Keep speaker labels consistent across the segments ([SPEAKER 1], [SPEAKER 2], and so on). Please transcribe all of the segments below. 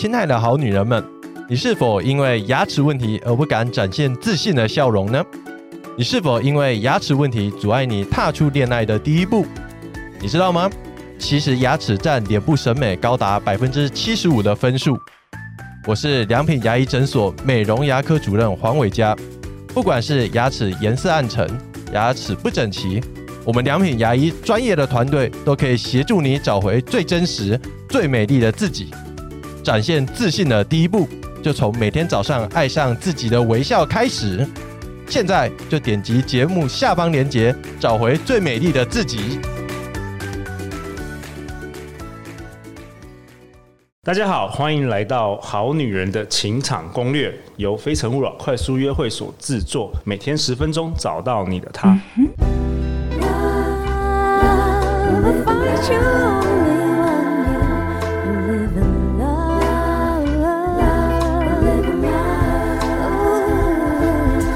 [SPEAKER 1] 亲爱的好女人们，你是否因为牙齿问题而不敢展现自信的笑容呢？你是否因为牙齿问题阻碍你踏出恋爱的第一步？你知道吗？其实牙齿占脸部审美高达百分之七十五的分数。我是良品牙医诊所美容牙科主任黄伟佳。不管是牙齿颜色暗沉、牙齿不整齐，我们良品牙医专业的团队都可以协助你找回最真实、最美丽的自己。展现自信的第一步，就从每天早上爱上自己的微笑开始。现在就点击节目下方链接，找回最美丽的自己。
[SPEAKER 2] 大家好，欢迎来到《好女人的情场攻略》，由非诚勿扰快速约会所制作，每天十分钟，找到你的他。
[SPEAKER 3] Love, I find you only when you live in love, live in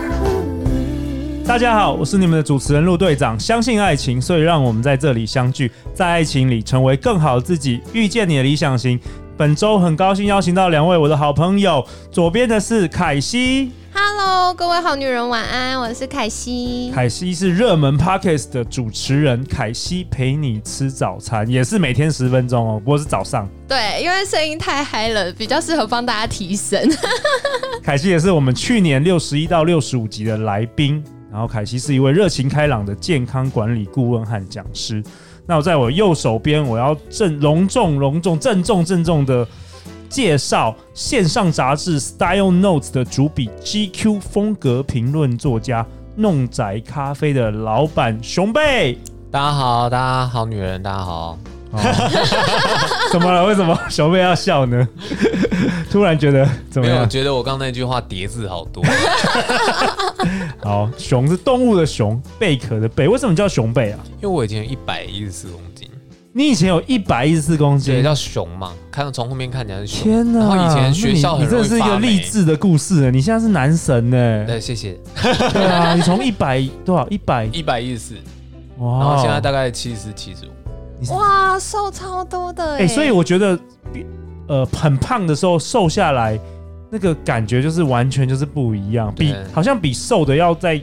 [SPEAKER 3] love.
[SPEAKER 4] 大家好，我是你们的主持人陆队长。相信爱情，所以让我们在这里相聚，在爱情里成为更好的自己，遇见你的理想型。本周很高兴邀请到两位我的好朋友，左边的是凯西，
[SPEAKER 5] Hello，各位好女人晚安，我是凯西。
[SPEAKER 4] 凯西是热门 podcast 的主持人，凯西陪你吃早餐，也是每天十分钟哦，不过是早上。
[SPEAKER 5] 对，因为声音太嗨了，比较适合帮大家提神。
[SPEAKER 4] 凯西也是我们去年六十一到六十五集的来宾。然后凯西是一位热情开朗的健康管理顾问和讲师。那我在我右手边，我要郑隆重、隆重、郑重、郑重的介绍线上杂志《Style Notes》的主笔 GQ 风格评论作家弄宅咖啡的老板熊贝。
[SPEAKER 6] 大家好，大家好，女人，大家好。
[SPEAKER 4] 怎么了？为什么熊贝要笑呢？ 突然觉得怎么
[SPEAKER 6] 没有，我
[SPEAKER 4] 样？
[SPEAKER 6] 觉得我刚那句话叠字好多，
[SPEAKER 4] 好，熊是动物的熊，贝壳的贝，为什么叫熊贝啊？
[SPEAKER 6] 因为我以前一百一十四公斤，
[SPEAKER 4] 你以前有一百一十四公
[SPEAKER 6] 所以
[SPEAKER 4] 斤，
[SPEAKER 6] 叫熊嘛，看到从后面看起来是熊。
[SPEAKER 4] 天哪！
[SPEAKER 6] 然后以前学校
[SPEAKER 4] 那你你
[SPEAKER 6] 很容
[SPEAKER 4] 这
[SPEAKER 6] 易
[SPEAKER 4] 是一个
[SPEAKER 6] 发霉
[SPEAKER 4] 励。志的故事，你现在是男神呢？
[SPEAKER 6] 对，谢谢。
[SPEAKER 4] 对啊，你从一百多少一百
[SPEAKER 6] 一百一十四，
[SPEAKER 4] 哇
[SPEAKER 6] 然后现在大概七十七十五。
[SPEAKER 5] 哇，瘦超多的哎、
[SPEAKER 4] 哎、所以我觉得呃很胖的时候瘦下来，那个感觉就是完全就是不一样，比
[SPEAKER 6] 对
[SPEAKER 4] 好像比瘦的要再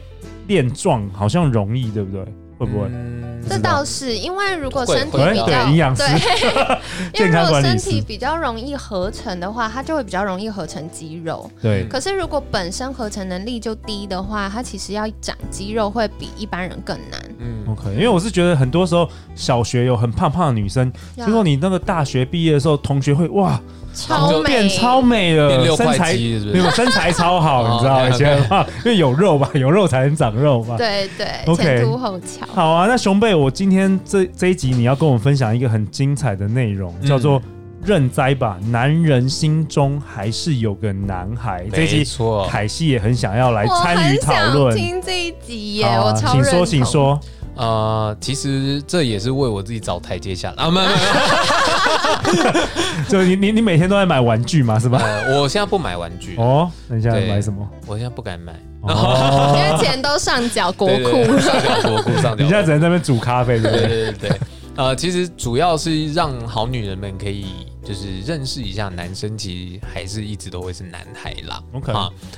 [SPEAKER 4] 练壮好像容易，对不对？会不会？哎
[SPEAKER 6] 嗯
[SPEAKER 5] 这倒是因为如果
[SPEAKER 6] 会
[SPEAKER 5] 身体
[SPEAKER 6] 会
[SPEAKER 5] 比较
[SPEAKER 4] 对营养师
[SPEAKER 5] 对因为
[SPEAKER 4] 健
[SPEAKER 5] 如
[SPEAKER 4] 康
[SPEAKER 5] 果
[SPEAKER 4] 管理
[SPEAKER 5] 身
[SPEAKER 4] 师
[SPEAKER 5] 体比较容易合成的话，它就会比较容易合成肌肉。
[SPEAKER 4] 对，
[SPEAKER 5] 可是如果本身合成能力就低的话，它其实要长肌肉会比一般人更难。
[SPEAKER 6] 嗯，
[SPEAKER 4] OK，因为我是觉得很多时候小学有很胖胖的女生，结果你那个大学毕业的时候，同学会哇
[SPEAKER 5] 超美
[SPEAKER 4] 变超美了，
[SPEAKER 6] 变六
[SPEAKER 4] 身
[SPEAKER 6] 块
[SPEAKER 4] 材
[SPEAKER 6] 肌是不
[SPEAKER 4] 没有
[SPEAKER 6] 是？
[SPEAKER 4] 嗯身材超
[SPEAKER 6] 哦
[SPEAKER 4] 好，你知道吗？以
[SPEAKER 6] OK，OK
[SPEAKER 4] 前的话 因为有肉嘛，有肉才能长肉嘛。
[SPEAKER 5] 对对
[SPEAKER 4] OK
[SPEAKER 5] 前凸后翘。
[SPEAKER 4] 好啊，那熊贝，我今天这这一集你要跟我们分享一个很精彩的内容，
[SPEAKER 6] 嗯
[SPEAKER 4] 叫做“认栽吧，男人心中还是有个男孩”。这一
[SPEAKER 6] 没
[SPEAKER 4] 集
[SPEAKER 6] 错，
[SPEAKER 4] 凯西也很想要来
[SPEAKER 5] 我
[SPEAKER 4] 参
[SPEAKER 5] 很
[SPEAKER 4] 与讨
[SPEAKER 5] 想
[SPEAKER 4] 论。
[SPEAKER 5] 听这一集耶，
[SPEAKER 4] 好啊
[SPEAKER 5] 我超
[SPEAKER 4] 请
[SPEAKER 5] 认
[SPEAKER 4] 说，
[SPEAKER 5] 同。
[SPEAKER 4] 请说。
[SPEAKER 6] 呃，其实这也是为我自己找台阶下 啊，没有没有没有，
[SPEAKER 4] 就你你你每天都在买玩具嘛，是吧？
[SPEAKER 6] 呃我现在不买玩具，
[SPEAKER 4] 哦，等一下
[SPEAKER 6] 对
[SPEAKER 4] 买什么？
[SPEAKER 6] 我现在不敢买，
[SPEAKER 4] 哦，
[SPEAKER 5] 因为钱都上缴国
[SPEAKER 6] 对对
[SPEAKER 5] 库
[SPEAKER 6] 对上吊国库上
[SPEAKER 4] 你
[SPEAKER 6] 吊
[SPEAKER 4] 现。在只能在那边煮咖啡，对不对？
[SPEAKER 6] 对对对对，呃，其实主要是让好女人们可以就是认识一下，男生其实还是一直都会是男孩啦。啊
[SPEAKER 4] OK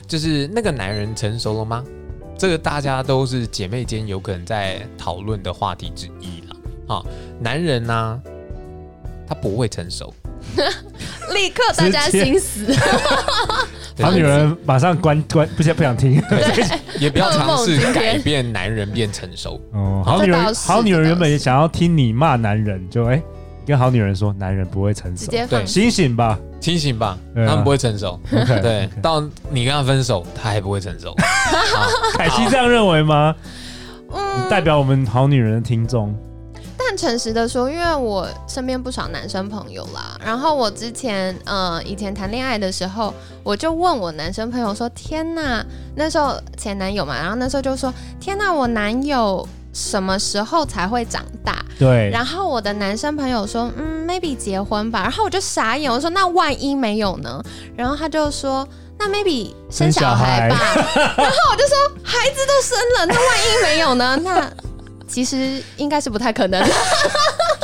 [SPEAKER 6] 就是那个男人成熟了吗？这个大家都是姐妹间有可能在讨论的话题之一啦。啊，男人呢、他不会成熟，
[SPEAKER 5] 立刻大家心死，
[SPEAKER 4] 好女人马上关关，不想不想听。
[SPEAKER 6] 也不要尝试
[SPEAKER 5] 噩梦今天
[SPEAKER 6] 改变男人变成熟。
[SPEAKER 4] 哦，好女
[SPEAKER 5] 这倒
[SPEAKER 4] 人，
[SPEAKER 5] 是
[SPEAKER 4] 好女
[SPEAKER 5] 这
[SPEAKER 4] 人
[SPEAKER 5] 倒
[SPEAKER 4] 原本也
[SPEAKER 5] 是
[SPEAKER 4] 想要听你骂男人，就哎、你跟好女人说，男人不会成
[SPEAKER 5] 直
[SPEAKER 4] 熟，
[SPEAKER 5] 接放弃。
[SPEAKER 4] 醒醒吧。
[SPEAKER 6] 清醒吧，
[SPEAKER 4] 对啊
[SPEAKER 6] 他们不会成熟。
[SPEAKER 4] OK，
[SPEAKER 6] 对，到你跟他分手，他还不 会成熟。啊
[SPEAKER 4] 凯西这样认为吗？
[SPEAKER 5] 嗯，
[SPEAKER 4] 代表我们好女人的听众，
[SPEAKER 5] 但诚实的说，因为我身边不少男生朋友啦，然后我之前呃以前谈恋爱的时候，我就问我男生朋友说：“天呐，那时候前男友嘛，然后那时候就说：天呐，我男友什么时候才会长大？”
[SPEAKER 4] 对，
[SPEAKER 5] 然后我的男生朋友说，嗯，maybe 结婚吧。然后我就傻眼，我说那万一没有呢？然后他就说，那 maybe 生小孩吧。 然后我就说，孩子 都生了，那万一没有呢？那其实应该是不太可能。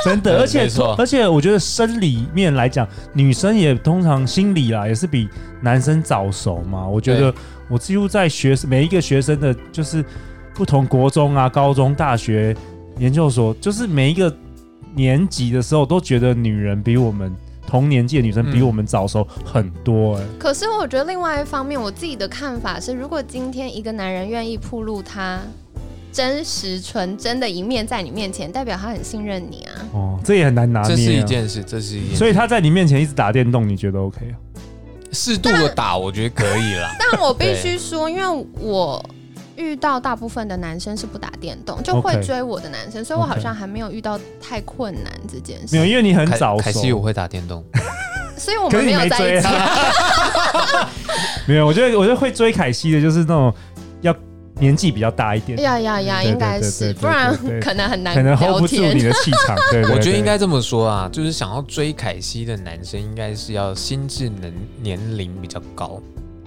[SPEAKER 4] 真的，
[SPEAKER 6] 嗯
[SPEAKER 4] 而且
[SPEAKER 6] 没错
[SPEAKER 4] 而且我觉得生理面来讲，女生也通常心理啊啦也是比男生早熟嘛。我觉得我几乎在学每一个学生的就是不同国中啊、高中、大学、研究所，就是每一个年级的时候，都觉得女人比我们同年纪的女生比
[SPEAKER 6] 嗯
[SPEAKER 4] 我们早熟很多、哎、
[SPEAKER 5] 可是我觉得另外一方面，我自己的看法是，如果今天一个男人愿意铺露他真实纯真的一面在你面前，代表他很信任你啊。
[SPEAKER 4] 哦，这也很难拿捏、啊。
[SPEAKER 6] 嗯这是一件事，这是一件事，
[SPEAKER 4] 所以他在你面前一直打电动，你觉得 OK 啊？
[SPEAKER 6] 适度的打，我觉得可以啦。
[SPEAKER 5] 但我必须说，因为我遇到大部分的男生是不打电动，就会
[SPEAKER 4] OK
[SPEAKER 5] 追我的男生，所以我
[SPEAKER 4] OK
[SPEAKER 5] 好像还没有遇到太困难这件
[SPEAKER 4] 没有，
[SPEAKER 5] 事。
[SPEAKER 4] 因为你很
[SPEAKER 6] 凯
[SPEAKER 4] 早
[SPEAKER 6] 凯西我
[SPEAKER 4] 熟，
[SPEAKER 6] 会打电动，
[SPEAKER 5] 所以我
[SPEAKER 4] 可
[SPEAKER 5] 们
[SPEAKER 4] 是
[SPEAKER 5] 没
[SPEAKER 4] 你
[SPEAKER 5] 有
[SPEAKER 4] 没
[SPEAKER 5] 在
[SPEAKER 4] 追
[SPEAKER 5] 一起。
[SPEAKER 4] 啊。没有，我觉得我觉得会追凯西的就是那种要年纪比较大一点，
[SPEAKER 5] 呀呀呀，
[SPEAKER 4] 对对
[SPEAKER 5] 应该
[SPEAKER 4] 对对对
[SPEAKER 5] 是，不然
[SPEAKER 4] 对对
[SPEAKER 5] 可能很难
[SPEAKER 4] 可能 hold
[SPEAKER 5] 聊
[SPEAKER 4] 不住
[SPEAKER 5] 天
[SPEAKER 4] 你。的气场。对，对
[SPEAKER 6] 我觉得应。
[SPEAKER 4] 对
[SPEAKER 6] 该这么说啊，就是想要追凯西的男生，应该是要心智能年龄比较高。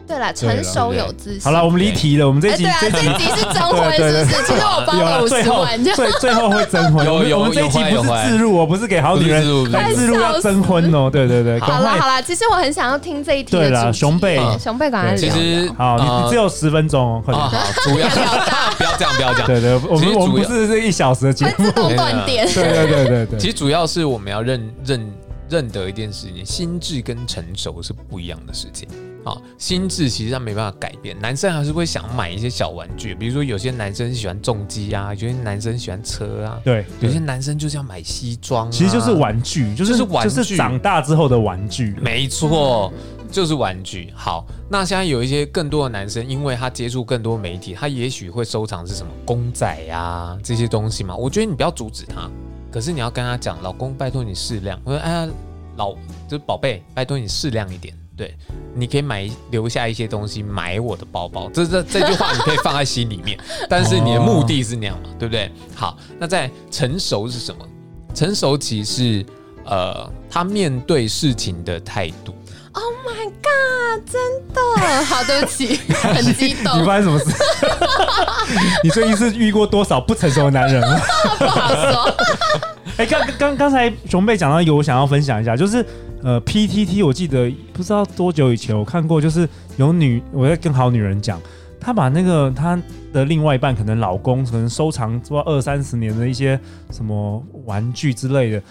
[SPEAKER 5] 对了，
[SPEAKER 4] 对啦
[SPEAKER 5] 成熟
[SPEAKER 6] 对
[SPEAKER 5] 有自信。
[SPEAKER 4] 好了，我们离题了。我们这
[SPEAKER 5] 哎，
[SPEAKER 4] 集
[SPEAKER 5] 对啊，
[SPEAKER 4] 这
[SPEAKER 5] 这
[SPEAKER 4] 集
[SPEAKER 5] 一集是征婚，
[SPEAKER 4] 对对
[SPEAKER 5] 是
[SPEAKER 4] 对
[SPEAKER 5] 不是？其实我包
[SPEAKER 4] 有
[SPEAKER 5] 了
[SPEAKER 4] 了，
[SPEAKER 5] 五
[SPEAKER 4] 最
[SPEAKER 5] 十
[SPEAKER 4] 后
[SPEAKER 5] 万，这样
[SPEAKER 4] 最最后会征婚。
[SPEAKER 6] 有
[SPEAKER 4] 我们
[SPEAKER 6] 有
[SPEAKER 4] 我们这一集
[SPEAKER 6] 有坏
[SPEAKER 4] 不
[SPEAKER 6] 有坏
[SPEAKER 4] 是自入哦，不是给好女人
[SPEAKER 6] 不是自入
[SPEAKER 4] 来自入要征婚哦。对对对，
[SPEAKER 5] 好
[SPEAKER 4] 赶
[SPEAKER 5] 了
[SPEAKER 4] 快
[SPEAKER 5] 好了，其实我很想要听这一题的
[SPEAKER 4] 对啦
[SPEAKER 5] 主题
[SPEAKER 4] 熊贝
[SPEAKER 5] 耶熊贝赶快
[SPEAKER 4] 对
[SPEAKER 6] 其
[SPEAKER 5] 聊
[SPEAKER 6] 实
[SPEAKER 5] 聊。
[SPEAKER 4] 好，你你
[SPEAKER 6] 呃
[SPEAKER 4] 只有十分钟哦，快
[SPEAKER 6] 啊，
[SPEAKER 4] 点。
[SPEAKER 6] 好，主要 不要这样，不要这样。
[SPEAKER 4] 对对，我
[SPEAKER 6] 其
[SPEAKER 4] 们
[SPEAKER 6] 实
[SPEAKER 4] 我们
[SPEAKER 6] 主
[SPEAKER 4] 不
[SPEAKER 6] 要
[SPEAKER 4] 是这一小时的节
[SPEAKER 5] 会
[SPEAKER 4] 目。
[SPEAKER 5] 自动断电。
[SPEAKER 4] 对啊对对对对。
[SPEAKER 6] 其实主要是我们要认认认得一件事情，心智跟成熟是不一样的事情。啊，心智其实它没办法改变，男生还是会想买一些小玩具，比如说有些男生喜欢重机啊，有些男生喜欢车啊，
[SPEAKER 4] 对，
[SPEAKER 6] 有
[SPEAKER 4] 对
[SPEAKER 6] 些男生就是要买西装、啊
[SPEAKER 4] 其实就是，玩具，就是
[SPEAKER 6] 就是玩具
[SPEAKER 4] 就是长大之后的玩具。
[SPEAKER 6] 没错，就是玩具。好，那现在有一些更多的男生，因为他接触更多媒体，他也许会收藏是什么公仔啊这些东西嘛。我觉得你不要阻止他，可是你要跟他讲，老公，拜托你适量。我说，哎呀，老就是宝贝，拜托你适量一点。对，你可以买留下一些东西买我的包包，这这这句话你可以放在心里面， 但是你的目的是那样嘛，对不对？好，那在成熟是什么？成熟其实是呃，他面对事情的态度。
[SPEAKER 5] Oh my god！真的，好，对不 起，很激
[SPEAKER 4] 你
[SPEAKER 5] 动，
[SPEAKER 4] 发生什么事？ 你最近是遇过多少不成熟的男人了？
[SPEAKER 5] 不好说。
[SPEAKER 4] 哎、刚刚刚才熊贝讲到一个，我想要分享一下，就是呃，PTT，我记得不知道多久以前我看过，就是有女我在跟好女人讲，她把那个她的另外一半，可能老公可能收藏做二三十年的一些什么玩具之类的，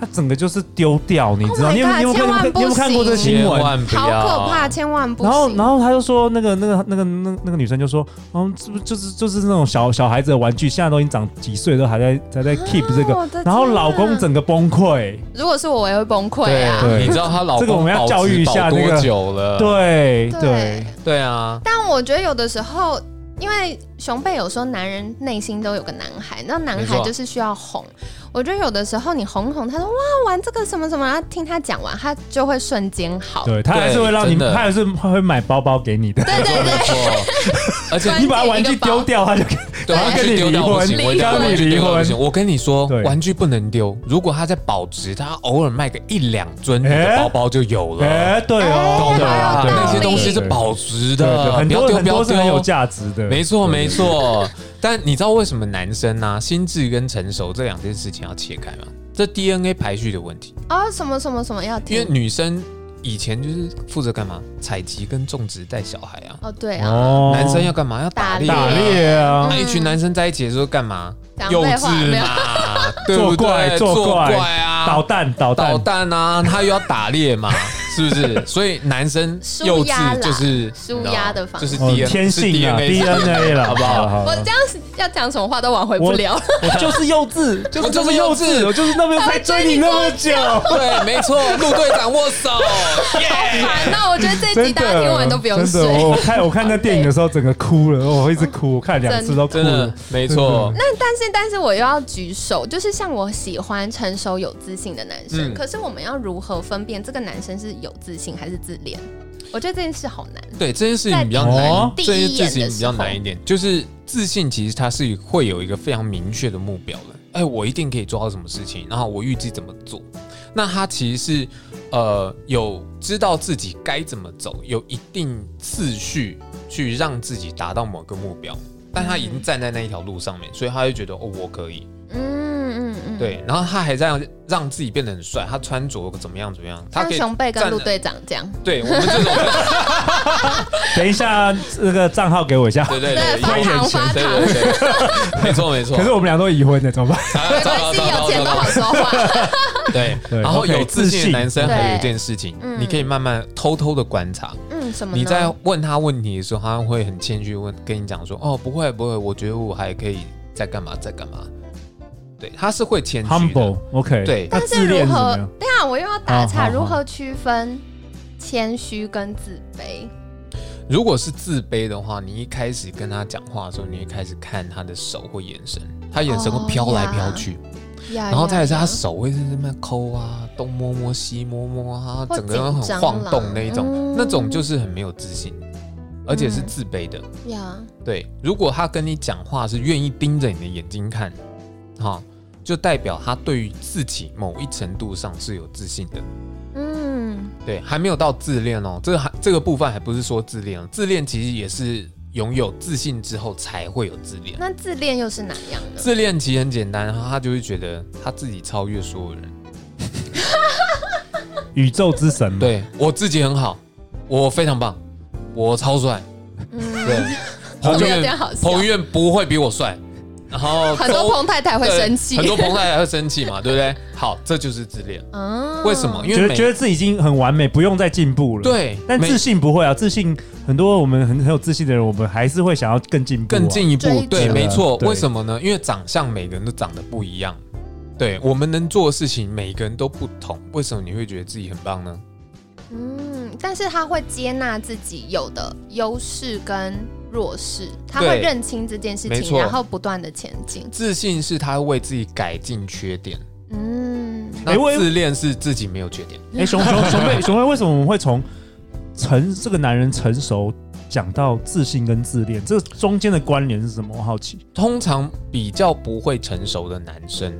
[SPEAKER 4] 她整个就是丢掉，你知道
[SPEAKER 5] Oh my
[SPEAKER 4] 你有没有你
[SPEAKER 5] God，
[SPEAKER 4] 有没有看过？你有没有看
[SPEAKER 5] 千万不
[SPEAKER 4] 过这个
[SPEAKER 5] 行
[SPEAKER 4] 新闻？
[SPEAKER 6] 不
[SPEAKER 5] 好
[SPEAKER 6] 要，
[SPEAKER 5] 可怕，千万不
[SPEAKER 4] 然后，然
[SPEAKER 5] 行。
[SPEAKER 4] 后他就说，那个、那个、那个、那那个女生就说，嗯，这不就是就是那种小小孩子的玩具，现在都已经长几岁，都还在还在 keep 这个。
[SPEAKER 5] 我的天啊
[SPEAKER 4] 然后老公整个崩溃，
[SPEAKER 5] 如果是我，我也会崩溃啊。
[SPEAKER 4] 对
[SPEAKER 6] 你知道她老
[SPEAKER 4] 这
[SPEAKER 6] 公
[SPEAKER 4] 个我们要教育一下
[SPEAKER 6] 保持
[SPEAKER 4] 那
[SPEAKER 6] 保
[SPEAKER 4] 个
[SPEAKER 6] 多久了？
[SPEAKER 4] 对
[SPEAKER 5] 对
[SPEAKER 4] 对，
[SPEAKER 6] 对啊，
[SPEAKER 5] 但我觉得有的时候，因为熊贝有说男人内心都有个男孩，那男
[SPEAKER 6] 没
[SPEAKER 5] 孩
[SPEAKER 6] 错
[SPEAKER 5] 就是需要哄。我觉得有的时候你哄哄他说哇玩这个什么什么，然后听他讲完，他就会瞬间好。
[SPEAKER 4] 对他还是会让你，
[SPEAKER 6] 真的
[SPEAKER 4] 他还是会买包包给你的。
[SPEAKER 5] 对对
[SPEAKER 6] 没
[SPEAKER 5] 对，
[SPEAKER 6] 错。而且
[SPEAKER 5] 对
[SPEAKER 4] 你把玩具丢掉，他就
[SPEAKER 5] 我
[SPEAKER 6] 对，
[SPEAKER 5] 要
[SPEAKER 6] 玩
[SPEAKER 4] 跟
[SPEAKER 6] 具
[SPEAKER 4] 你
[SPEAKER 6] 丢掉
[SPEAKER 4] 离
[SPEAKER 6] 不
[SPEAKER 4] 婚
[SPEAKER 6] 行，我一定要
[SPEAKER 4] 跟
[SPEAKER 6] 把
[SPEAKER 4] 你
[SPEAKER 6] 玩具丢掉
[SPEAKER 4] 离婚
[SPEAKER 6] 不行。我跟你说
[SPEAKER 4] 对，
[SPEAKER 6] 玩具不能丢。如果他在保值，他偶尔卖个一两尊，你
[SPEAKER 4] 哎
[SPEAKER 6] 的包包就有了。
[SPEAKER 4] 哎，对哦
[SPEAKER 5] 哎，
[SPEAKER 4] 对
[SPEAKER 5] 好
[SPEAKER 4] 啊，对
[SPEAKER 5] 有道理
[SPEAKER 6] 那些东西是保值
[SPEAKER 4] 对对，
[SPEAKER 6] 的，
[SPEAKER 4] 很
[SPEAKER 6] 不要
[SPEAKER 4] 多
[SPEAKER 6] 丢，
[SPEAKER 4] 很
[SPEAKER 6] 不
[SPEAKER 4] 多
[SPEAKER 6] 要
[SPEAKER 4] 是很有
[SPEAKER 6] 丢。
[SPEAKER 4] 价值的。
[SPEAKER 6] 没错，
[SPEAKER 4] 对
[SPEAKER 6] 没。错。但你知道为什么男生呢、心智跟成熟这两件事情要切开吗？这 DNA 排序的问题。
[SPEAKER 5] 哦什么什么什么要
[SPEAKER 6] 因为
[SPEAKER 5] 听。
[SPEAKER 6] 女生以前就是负责干嘛？采集跟种植带小孩啊。
[SPEAKER 5] 哦对
[SPEAKER 4] 对
[SPEAKER 5] 啊，
[SPEAKER 4] 哦
[SPEAKER 6] 男生要干嘛？要打猎啊。
[SPEAKER 4] 打猎啊
[SPEAKER 6] 那，一群男生在一起的时候干嘛？
[SPEAKER 5] 讲
[SPEAKER 6] 幼
[SPEAKER 5] 废话没
[SPEAKER 6] 稚
[SPEAKER 5] 有。
[SPEAKER 6] 嘛， 对
[SPEAKER 4] 作
[SPEAKER 6] 不
[SPEAKER 4] 怪
[SPEAKER 6] 对？
[SPEAKER 4] 作怪
[SPEAKER 6] 啊，
[SPEAKER 4] 捣蛋捣
[SPEAKER 6] 捣
[SPEAKER 4] 蛋，
[SPEAKER 6] 蛋啊，他又要打猎嘛， 是不是？所以男生
[SPEAKER 5] 舒
[SPEAKER 6] 幼
[SPEAKER 5] 压啦
[SPEAKER 6] 稚就是
[SPEAKER 5] 舒压的方
[SPEAKER 6] 你知
[SPEAKER 5] 式
[SPEAKER 6] 道吗就是
[SPEAKER 4] 哦
[SPEAKER 6] DNA
[SPEAKER 4] 天性啊
[SPEAKER 6] 是 DNA
[SPEAKER 4] ，DNA 了，好不好？好
[SPEAKER 5] 我这样子要讲什么话都挽回不 了，
[SPEAKER 4] 我就是幼 稚，就是
[SPEAKER 6] 这么幼稚
[SPEAKER 4] 我就是那么才追你那么久。
[SPEAKER 6] 对，没错，陆队长握手，耶！
[SPEAKER 5] 烦那我觉得这一集
[SPEAKER 4] 真
[SPEAKER 5] 大家听完
[SPEAKER 4] 的，
[SPEAKER 5] 都不用
[SPEAKER 4] 真的，
[SPEAKER 5] 睡。
[SPEAKER 4] 我我看我看那电影的时候，整个哭了，我一直哭，我看两次都哭
[SPEAKER 6] 真的
[SPEAKER 4] 了。
[SPEAKER 6] 没错，
[SPEAKER 5] 但是，但是我又要举手，就是像我喜欢成熟有自信的男生，
[SPEAKER 6] 嗯
[SPEAKER 5] 可是我们要如何分辨这个男生是有自信还是自恋？我觉得这件事好难。
[SPEAKER 6] 对这件事情比较难，
[SPEAKER 4] 哦
[SPEAKER 6] 这件
[SPEAKER 5] 第一眼的
[SPEAKER 6] 事
[SPEAKER 5] 时候
[SPEAKER 6] 情比较难一点，就是自信其实它是会有一个非常明确的目标的，哎，我一定可以做到什么事情，然后我预计怎么做。那他其实是呃有知道自己该怎么走，有一定次序去让自己达到某个目标，但他已经站在那一条路上面，所以他就觉得哦我可以，
[SPEAKER 5] 嗯，嗯嗯嗯，，
[SPEAKER 6] 对，然后他还这样让自己变得很帅，他穿着怎么样怎么样，他
[SPEAKER 5] 像
[SPEAKER 6] 可以
[SPEAKER 5] 熊贝跟
[SPEAKER 6] 站
[SPEAKER 5] 陆
[SPEAKER 6] 着
[SPEAKER 5] 队长这样，
[SPEAKER 6] 对我们这种人，
[SPEAKER 4] 等一下，这个账号给我一下。
[SPEAKER 6] 对对对，
[SPEAKER 5] 发糖发
[SPEAKER 6] 对
[SPEAKER 5] 糖，
[SPEAKER 6] 对对，没错没错。 啊
[SPEAKER 4] 可是我们俩都已婚了，怎么办？
[SPEAKER 5] 没关系，有钱都好说话。
[SPEAKER 6] 对，
[SPEAKER 4] 对
[SPEAKER 6] 然后
[SPEAKER 4] OK，
[SPEAKER 6] 有自信的男生
[SPEAKER 5] 自信
[SPEAKER 6] 还有一件事情，
[SPEAKER 5] 对
[SPEAKER 6] 你可以慢慢偷偷的观察。
[SPEAKER 5] 嗯，什嗯么呢？
[SPEAKER 6] 你在问他问题的时候，他会很谦虚问跟你讲说：“哦，不会不会，我觉得我还可以再干嘛再干嘛。”对，他是会谦虚的。
[SPEAKER 4] Humble，OK，、
[SPEAKER 6] 对
[SPEAKER 4] 那
[SPEAKER 5] 但
[SPEAKER 4] 自
[SPEAKER 5] 是如
[SPEAKER 4] 恋怎
[SPEAKER 5] 何
[SPEAKER 4] 么样？？
[SPEAKER 5] 对啊，我又要打
[SPEAKER 4] 好
[SPEAKER 6] 哦
[SPEAKER 5] 岔，
[SPEAKER 4] 好
[SPEAKER 5] 如何区分谦虚跟自卑？
[SPEAKER 6] 如果是自卑的话，你一开始跟他讲话的时候，你会开始看他的手或眼神，他眼神
[SPEAKER 5] 哦
[SPEAKER 6] 会飘来飘去，
[SPEAKER 5] 哎呀
[SPEAKER 6] 然后再来是
[SPEAKER 5] 呀
[SPEAKER 6] 他
[SPEAKER 5] 呀
[SPEAKER 6] 手会在那边抠啊，东摸摸西摸摸啊，
[SPEAKER 5] 或
[SPEAKER 6] 整个人
[SPEAKER 5] 紧
[SPEAKER 6] 很
[SPEAKER 5] 张
[SPEAKER 6] 晃
[SPEAKER 5] 啦
[SPEAKER 6] 动那一种，
[SPEAKER 5] 嗯
[SPEAKER 6] 那种就是很没有自信，而且是自卑的。
[SPEAKER 5] 呀，
[SPEAKER 6] 对，如果他跟你讲话是愿意盯着你的眼睛看，哈、就代表他对于自己某一程度上是有自信的。
[SPEAKER 5] 嗯，
[SPEAKER 6] 对，还没有到自恋哦，这个还这个部分还不是说自恋哦，自恋其实也是拥有自信之后才会有自恋。
[SPEAKER 5] 那自恋又是哪样呢？
[SPEAKER 6] 自恋其实很简单，他就会觉得他自己超越所有人，
[SPEAKER 4] 宇宙之神嘛，
[SPEAKER 6] 嗯对我自己很好，我非常棒，我超帅，
[SPEAKER 5] 嗯，
[SPEAKER 6] 对，
[SPEAKER 5] 我
[SPEAKER 6] 彭
[SPEAKER 5] 觉得有点
[SPEAKER 6] 于晏
[SPEAKER 5] 好笑
[SPEAKER 6] 彭于晏不会比我帅，然 后
[SPEAKER 5] 很多
[SPEAKER 6] 周
[SPEAKER 5] 彭太太会
[SPEAKER 6] 对
[SPEAKER 5] 生气
[SPEAKER 6] 很，多彭太太会 生气嘛，对不对？好，这就是自恋。
[SPEAKER 5] 嗯
[SPEAKER 6] 为什么？因
[SPEAKER 4] 觉
[SPEAKER 6] 为
[SPEAKER 4] 得
[SPEAKER 6] 每
[SPEAKER 4] 觉得自己已经很完美，不用再进步了。，
[SPEAKER 6] 对，
[SPEAKER 4] 但
[SPEAKER 6] 每
[SPEAKER 4] 自信不会啊，自信很多我们很很有自信的人，我们还是会想要更进步、啊
[SPEAKER 6] 更。进一
[SPEAKER 5] 追啊
[SPEAKER 6] 步
[SPEAKER 5] 求，
[SPEAKER 6] 对，没错。
[SPEAKER 4] 对
[SPEAKER 6] 为什么呢？因为长相每个人都长得不一样，对我们能做的事情每个人都不同。为什么你会觉得自己很棒呢？
[SPEAKER 5] 嗯，但是他会接纳自己有的优势跟弱势，他会
[SPEAKER 6] 对
[SPEAKER 5] 认清这件事
[SPEAKER 6] 没
[SPEAKER 5] 情，
[SPEAKER 6] 错
[SPEAKER 5] 然后不断的前进。
[SPEAKER 6] 自信是他为自己改进缺点，
[SPEAKER 5] 嗯，
[SPEAKER 6] 那
[SPEAKER 4] 诶我也
[SPEAKER 6] 自恋是自己没有缺点。
[SPEAKER 4] 哎、熊熊熊妹，熊妹，为什么我们会从成这个男人成熟讲到自信跟自恋，这中间的关联是什么？我好奇。
[SPEAKER 6] 通常比较不会成熟的男生，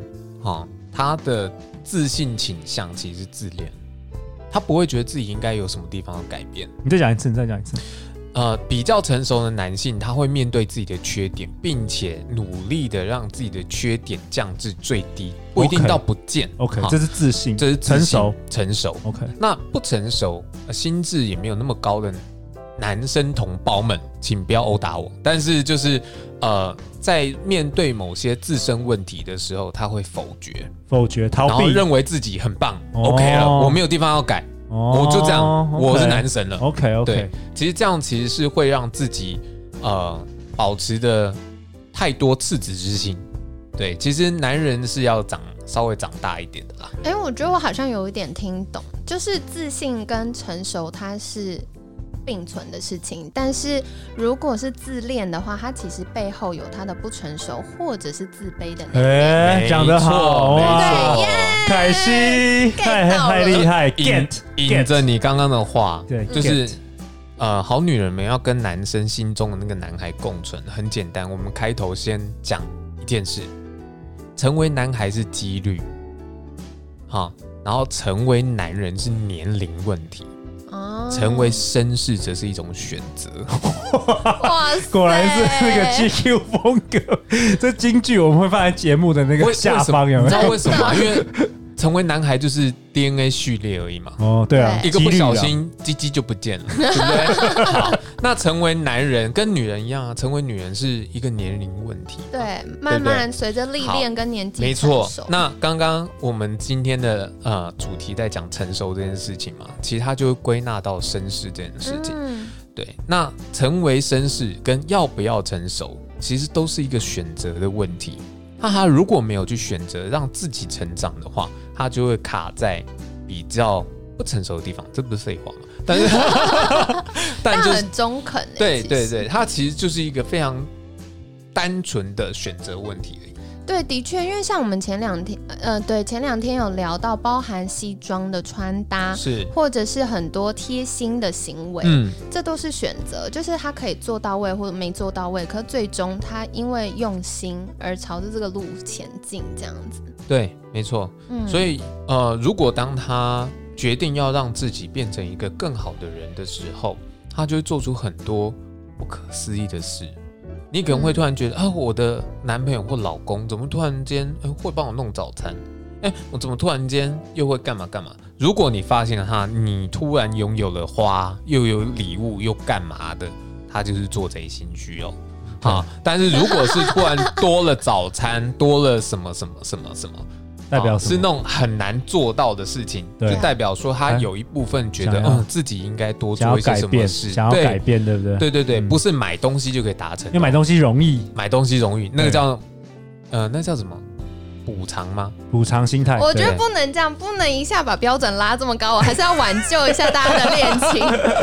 [SPEAKER 6] 哈、他的自信倾向其实是自恋，他不会觉得自己应该有什么地方要改变。
[SPEAKER 4] 你再讲一次，你再讲一次。
[SPEAKER 6] 呃，比较成熟的男性，他会面对自己的缺点，并且努力的让自己的缺点降至最低，不一定
[SPEAKER 4] OK
[SPEAKER 6] 到不见。
[SPEAKER 4] OK，
[SPEAKER 6] 好
[SPEAKER 4] 这是自信，
[SPEAKER 6] 这是自
[SPEAKER 4] 成
[SPEAKER 6] 信
[SPEAKER 4] 熟。
[SPEAKER 6] 成熟。
[SPEAKER 4] OK，
[SPEAKER 6] 那不成熟、呃心智也没有那么高的男生同胞们，请不要殴打我。但是就是呃，在面对某些自身问题的时候，他会否决，
[SPEAKER 4] 否决逃
[SPEAKER 6] 然后
[SPEAKER 4] 避，
[SPEAKER 6] 认为自己很棒、
[SPEAKER 4] 哦
[SPEAKER 6] o k 了，我没有地方要改，
[SPEAKER 4] 哦
[SPEAKER 6] 我就这样，我
[SPEAKER 4] OK
[SPEAKER 6] 是
[SPEAKER 4] 哦
[SPEAKER 6] 男神了。
[SPEAKER 4] OK
[SPEAKER 6] 对
[SPEAKER 4] OK，，
[SPEAKER 6] 其实这样其实是会让自己呃保持的太多赤子之心。对，其实男人是要长稍微长大一点的啦。
[SPEAKER 5] 哎、我觉得我好像有一点听懂，就是自信跟成熟它是并存的事情，但是如果是自恋的话，它其实背后有它的不成熟或者是自卑的那一面。
[SPEAKER 4] 哎，讲得好
[SPEAKER 6] 没
[SPEAKER 4] 啊，
[SPEAKER 6] 错
[SPEAKER 4] 凯西，
[SPEAKER 5] get
[SPEAKER 4] 太
[SPEAKER 5] 到
[SPEAKER 4] 太
[SPEAKER 5] 了
[SPEAKER 4] 厉害
[SPEAKER 6] 引
[SPEAKER 4] ，get
[SPEAKER 6] 引着你刚刚的话，
[SPEAKER 4] 对嗯
[SPEAKER 6] 就是呃，好女人们要跟男生心中的那个男孩共存，很简单。我们开头先讲一件事，成为男孩是几率，哈，然后成为男人是年龄问题。
[SPEAKER 5] 哦
[SPEAKER 6] 成为绅士则是一种选择。
[SPEAKER 5] 哇塞，
[SPEAKER 4] 果然是那个 GQ 风格， 这京剧我们会放在节目 的那个
[SPEAKER 6] 为
[SPEAKER 4] 下
[SPEAKER 6] 为什么
[SPEAKER 4] 方有
[SPEAKER 6] 你
[SPEAKER 4] 没
[SPEAKER 6] 知
[SPEAKER 4] 有？
[SPEAKER 6] 道为什么吗？因为成为男孩就是 DNA 序列而已嘛，
[SPEAKER 4] 哦，对啊，
[SPEAKER 5] 对
[SPEAKER 6] 一个不
[SPEAKER 4] 几率啊
[SPEAKER 6] 小，心鸡鸡就不见了，对不对？好，那成为男人跟女人一样啊，成为女人是一个年龄问题。
[SPEAKER 5] 对，慢慢随着历练跟年纪
[SPEAKER 6] 没错
[SPEAKER 5] 成熟，
[SPEAKER 6] 那刚刚我们今天的呃主题在讲成熟这件事情嘛，其实它就会归纳到绅士这件事情。
[SPEAKER 5] 嗯
[SPEAKER 6] 对，那成为绅士跟要不要成熟，其实都是一个选择的问题。那他如果没有去选择让自己成长的话，他就会卡在比较不成熟的地方。这不是废话吗？但 是， 但
[SPEAKER 5] 但
[SPEAKER 6] 就是
[SPEAKER 5] 很中肯欸
[SPEAKER 6] 对
[SPEAKER 5] 其
[SPEAKER 6] 对
[SPEAKER 5] 实
[SPEAKER 6] 对，它其实就是一个非常单纯的选择问题而已。
[SPEAKER 5] 对，的确，因为像我们前两天，呃，对，前两天有聊到包含西装的穿搭，
[SPEAKER 6] 是，
[SPEAKER 5] 或者是很多贴心的行为，
[SPEAKER 6] 嗯，
[SPEAKER 5] 这都是选择，就是他可以做到位或者没做到位，可最终他因为用心而朝着这个路前进，这样子。
[SPEAKER 6] 对，没错。
[SPEAKER 5] 嗯，
[SPEAKER 6] 所以呃，如果当他决定要让自己变成一个更好的人的时候，他就会做出很多不可思议的事。你可能会突然觉得，啊，我的男朋友或老公怎么突然间、哎会帮我弄早餐？哎，我怎么突然间又会干嘛干嘛？如果你发现了他，你突然拥有了花，又有礼物，又干嘛的，他就是做贼心虚哦。好，但是如果是突然多了早餐，多了什么什么什么什么，
[SPEAKER 4] 代表
[SPEAKER 6] 哦
[SPEAKER 4] 什
[SPEAKER 6] 是
[SPEAKER 4] 么
[SPEAKER 6] 那种很难做到的事情，
[SPEAKER 4] 对哎
[SPEAKER 6] 就代表说他有一部分觉得，
[SPEAKER 4] 想要
[SPEAKER 6] 嗯，自己应该多
[SPEAKER 4] 想
[SPEAKER 6] 做
[SPEAKER 4] 要
[SPEAKER 6] 一些
[SPEAKER 4] 改
[SPEAKER 6] 什么
[SPEAKER 4] 变，
[SPEAKER 6] 事，
[SPEAKER 4] 想要改
[SPEAKER 6] 对
[SPEAKER 4] 变，对不对？，
[SPEAKER 6] 对对对，
[SPEAKER 4] 嗯
[SPEAKER 6] 不是买东西就可以达成
[SPEAKER 4] 因为，买东西容易，
[SPEAKER 6] 买东西容易，那个
[SPEAKER 4] 对
[SPEAKER 6] 叫呃，那叫什么补偿吗？
[SPEAKER 4] 补偿心
[SPEAKER 6] 哎
[SPEAKER 4] 态。
[SPEAKER 5] 我
[SPEAKER 4] 对
[SPEAKER 5] 觉得不能这样，不能一下把标准拉这么高，我还是要挽救一下大家的恋情。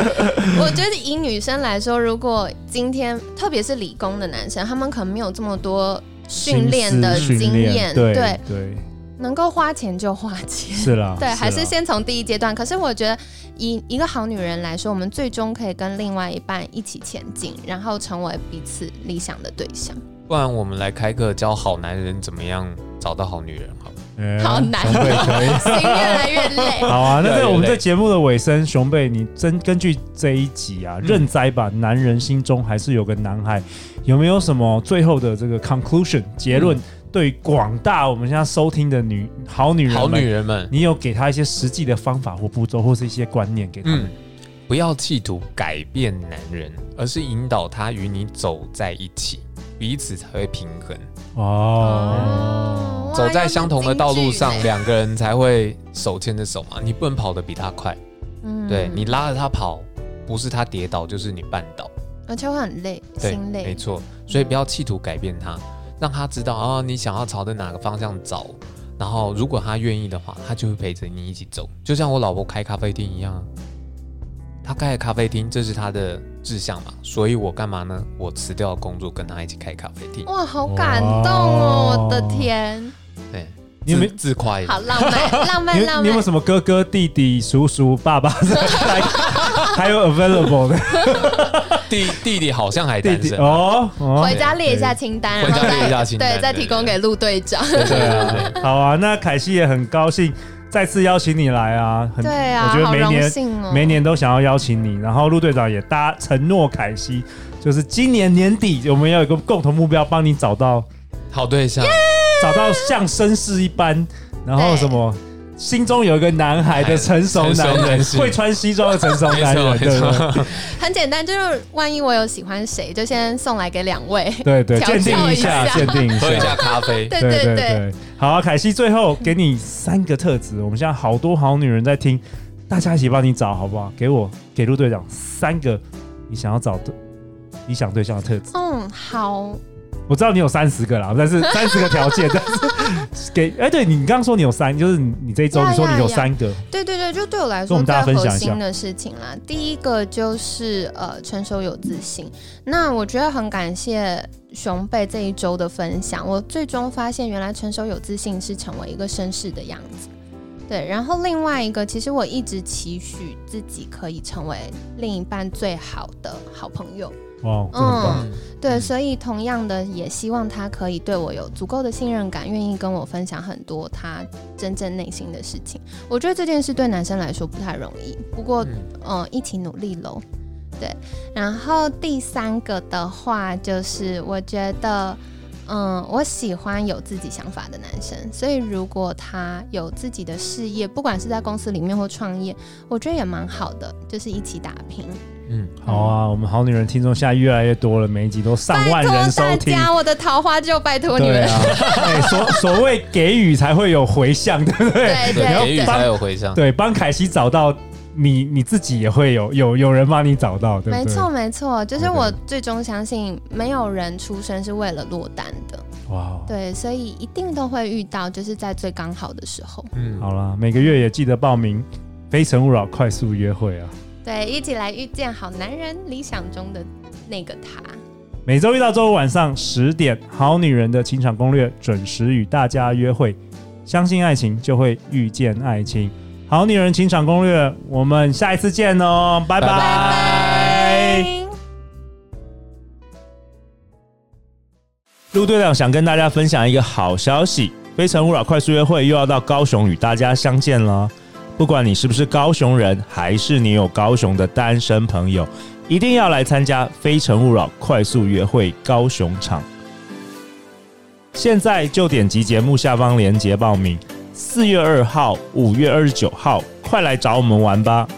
[SPEAKER 5] 我觉得以女生来说，如果今天特别是理工的男生，他们可能没有这么多训练的
[SPEAKER 4] 心思训
[SPEAKER 5] 经
[SPEAKER 4] 练
[SPEAKER 5] 验，
[SPEAKER 4] 对对，
[SPEAKER 5] 能够花钱就花钱。
[SPEAKER 4] 是啦，
[SPEAKER 6] 啊
[SPEAKER 5] 对，还是
[SPEAKER 4] 啦
[SPEAKER 5] 先从第一阶段。可是我觉得，以一个好女人来说，我们最终可以跟另外一半一起前进，然后成为彼此理想的对象。
[SPEAKER 6] 不然我们来开课教好男人怎么样找到好女人好了。
[SPEAKER 4] 哎
[SPEAKER 5] 好难
[SPEAKER 4] 熊贝 可以。
[SPEAKER 5] 心越来越累。
[SPEAKER 4] 好啊，那在我们
[SPEAKER 6] 越来越
[SPEAKER 4] 这
[SPEAKER 6] 累
[SPEAKER 4] 节目的尾声，熊贝，你真根据这一集
[SPEAKER 6] 嗯
[SPEAKER 4] 啊，认栽吧，男人心中还是有个男孩，有没有什么最后的这个 conclusion 结论？
[SPEAKER 6] 嗯
[SPEAKER 4] 对于广大我们现在收听的女好女人，
[SPEAKER 6] 好女，人们，
[SPEAKER 4] 你有给她一些实际的方法或步骤，或是一些观念给她们
[SPEAKER 6] 嗯？，不要企图改变男人，而是引导他与你走在一起，彼此才会平衡。
[SPEAKER 4] 哦，
[SPEAKER 5] 哇
[SPEAKER 6] 走在相同的道路上
[SPEAKER 5] 有，金句呢
[SPEAKER 6] 两个人才会手牵着手嘛。你不能跑得比他快，
[SPEAKER 5] 嗯
[SPEAKER 6] 对你，拉着他跑，不是他跌倒，就是你绊倒。
[SPEAKER 5] 而且会很累，
[SPEAKER 6] 对，
[SPEAKER 5] 心
[SPEAKER 6] 没
[SPEAKER 5] 累。
[SPEAKER 6] 错。所以不要企图改变他，让他知道啊、你想要朝着哪个方向走。然后，如果他愿意的话，他就会陪着你一起走，就像我老婆开咖啡厅一样啊。他开了咖啡厅，这是他的志向嘛，所以我干嘛呢？我辞掉工作，跟他一起开咖啡厅。
[SPEAKER 5] 哇，好感动哦！
[SPEAKER 4] 哇
[SPEAKER 5] 我的天，
[SPEAKER 6] 对，
[SPEAKER 4] 你有没有
[SPEAKER 6] 自自夸一下
[SPEAKER 5] 好浪漫， 浪
[SPEAKER 4] 你
[SPEAKER 5] 漫，
[SPEAKER 4] 有
[SPEAKER 5] 浪
[SPEAKER 4] 你有没有
[SPEAKER 5] 漫。
[SPEAKER 4] 什么哥哥、弟弟、叔叔、爸 爸还还有 available 的
[SPEAKER 6] 弟弟弟好像还
[SPEAKER 4] 弟
[SPEAKER 6] 单
[SPEAKER 4] 弟
[SPEAKER 6] 身，啊
[SPEAKER 4] 哦？哦
[SPEAKER 5] 回家列一下清单，
[SPEAKER 6] 回
[SPEAKER 5] 然
[SPEAKER 6] 家
[SPEAKER 5] 后
[SPEAKER 6] 列一下
[SPEAKER 5] 再
[SPEAKER 6] 清单
[SPEAKER 5] 对，再
[SPEAKER 6] 对
[SPEAKER 5] 提供给陆队长。
[SPEAKER 6] 对对对对，
[SPEAKER 4] 好啊，那凯西也很高兴再次邀请你来啊，很
[SPEAKER 5] 对啊，
[SPEAKER 4] 我觉得
[SPEAKER 5] 好
[SPEAKER 4] 每
[SPEAKER 5] 荣哦
[SPEAKER 4] 年、
[SPEAKER 5] 幸哦。
[SPEAKER 4] 每年都想要邀请你，然后陆队长也答承诺凯西，就是今年年底我们要有一个共同目标，帮你找到
[SPEAKER 6] 好对象，
[SPEAKER 4] 找到像绅士一般，然后
[SPEAKER 5] 对
[SPEAKER 4] 什么。心中有一个男孩的成熟
[SPEAKER 6] 成熟
[SPEAKER 4] 男人
[SPEAKER 6] 男，性
[SPEAKER 4] 会穿西装的成熟
[SPEAKER 6] 没
[SPEAKER 4] 男
[SPEAKER 6] 错
[SPEAKER 4] 人，
[SPEAKER 6] 没
[SPEAKER 4] 对不
[SPEAKER 6] 错。
[SPEAKER 5] 很简单，就是万一我有喜欢谁，就先送来给两位。
[SPEAKER 4] 对？对对，
[SPEAKER 5] 调
[SPEAKER 4] 鉴定
[SPEAKER 5] 教
[SPEAKER 4] 一
[SPEAKER 5] 一
[SPEAKER 4] 下，
[SPEAKER 5] 下
[SPEAKER 4] 鉴定一
[SPEAKER 6] 喝一
[SPEAKER 4] 下。
[SPEAKER 6] 下咖啡，
[SPEAKER 5] 对
[SPEAKER 4] 对
[SPEAKER 5] 对
[SPEAKER 4] 对对，好、啊，凯西，最后给你三个特质，我们现在好多好女人在听，大家一起帮你找好不好？给我，给陆队长三个你想要找的理想对象的特质。
[SPEAKER 5] 嗯，好，
[SPEAKER 4] 我知道你有三十个 啦，但是三十个条件，但是给哎、对你刚刚说你有三，就是你你这一周
[SPEAKER 5] 呀
[SPEAKER 4] 你说你有
[SPEAKER 5] 呀呀
[SPEAKER 4] 三个，
[SPEAKER 5] 对对对，就对我
[SPEAKER 4] 跟
[SPEAKER 5] 来
[SPEAKER 4] 我
[SPEAKER 5] 说
[SPEAKER 4] 们大家
[SPEAKER 5] 最
[SPEAKER 4] 分
[SPEAKER 5] 核
[SPEAKER 4] 享一下
[SPEAKER 5] 心的事情啦。第一个就是呃，成熟有自信。那我觉得很感谢熊贝这一周的分享，我最终发现原来成熟有自信是成为一个绅士的样子。对，然后另外一个，其实我一直期许自己可以成为另一半最好的好朋友。
[SPEAKER 4] 哇，哦这很棒，
[SPEAKER 6] 嗯
[SPEAKER 5] 对，
[SPEAKER 6] 嗯
[SPEAKER 5] 所以同样的，也希望他可以对我有足够的信任感，愿意跟我分享很多他真正内心的事情。我觉得这件事对男生来说不太容易，不过，嗯、
[SPEAKER 6] 嗯
[SPEAKER 5] 一起努力喽。对，然后第三个的话，就是我觉得，嗯，我喜欢有自己想法的男生，所以如果他有自己的事业，不管是在公司里面或创业，我觉得也蛮好的，就是一起打拼。
[SPEAKER 6] 嗯，
[SPEAKER 4] 好啊，我们好女人听众现在越来越多了，每一集都上万人收
[SPEAKER 5] 拜托大
[SPEAKER 4] 听。
[SPEAKER 5] 家，我的桃花就拜托你
[SPEAKER 4] 对
[SPEAKER 5] 们。
[SPEAKER 4] 啊，哎、所所谓给予才会有回响，对不对？
[SPEAKER 5] 对啊
[SPEAKER 6] 对，给予
[SPEAKER 5] 对
[SPEAKER 6] 才有回
[SPEAKER 5] 啊
[SPEAKER 6] 响，
[SPEAKER 4] 对，帮凯西找到你，你自己也会有有有人帮你找到，对不对？
[SPEAKER 5] 没错，没错，就是
[SPEAKER 4] OK
[SPEAKER 5] 我最终相信，没有人出生是为了落单的，
[SPEAKER 4] 哇，哦
[SPEAKER 5] 对，所以一定都会遇到，就是在最刚好的时候，
[SPEAKER 6] 嗯，
[SPEAKER 4] 好啦，每个月也记得报名《非诚勿扰》快速约会啊！
[SPEAKER 5] 对，一起来遇见好男人理想中的那个他。
[SPEAKER 4] 每周一到周五晚上十点，《好女人的情场攻略》准时与大家约会。相信爱情，就会遇见爱情。好女人情场攻略，我们下一次见哦，拜
[SPEAKER 6] 拜
[SPEAKER 4] 拜。陆队长想跟大家分享一个好消息，《非诚勿扰》快速约会又要到高雄与大家相见了。不管你是不是高雄人，还是你有高雄的单身朋友，一定要来参加《非诚勿扰》快速约会高雄场。现在就点击节目下方链接报名。四月二号、五月二十九号，快来找我们玩吧！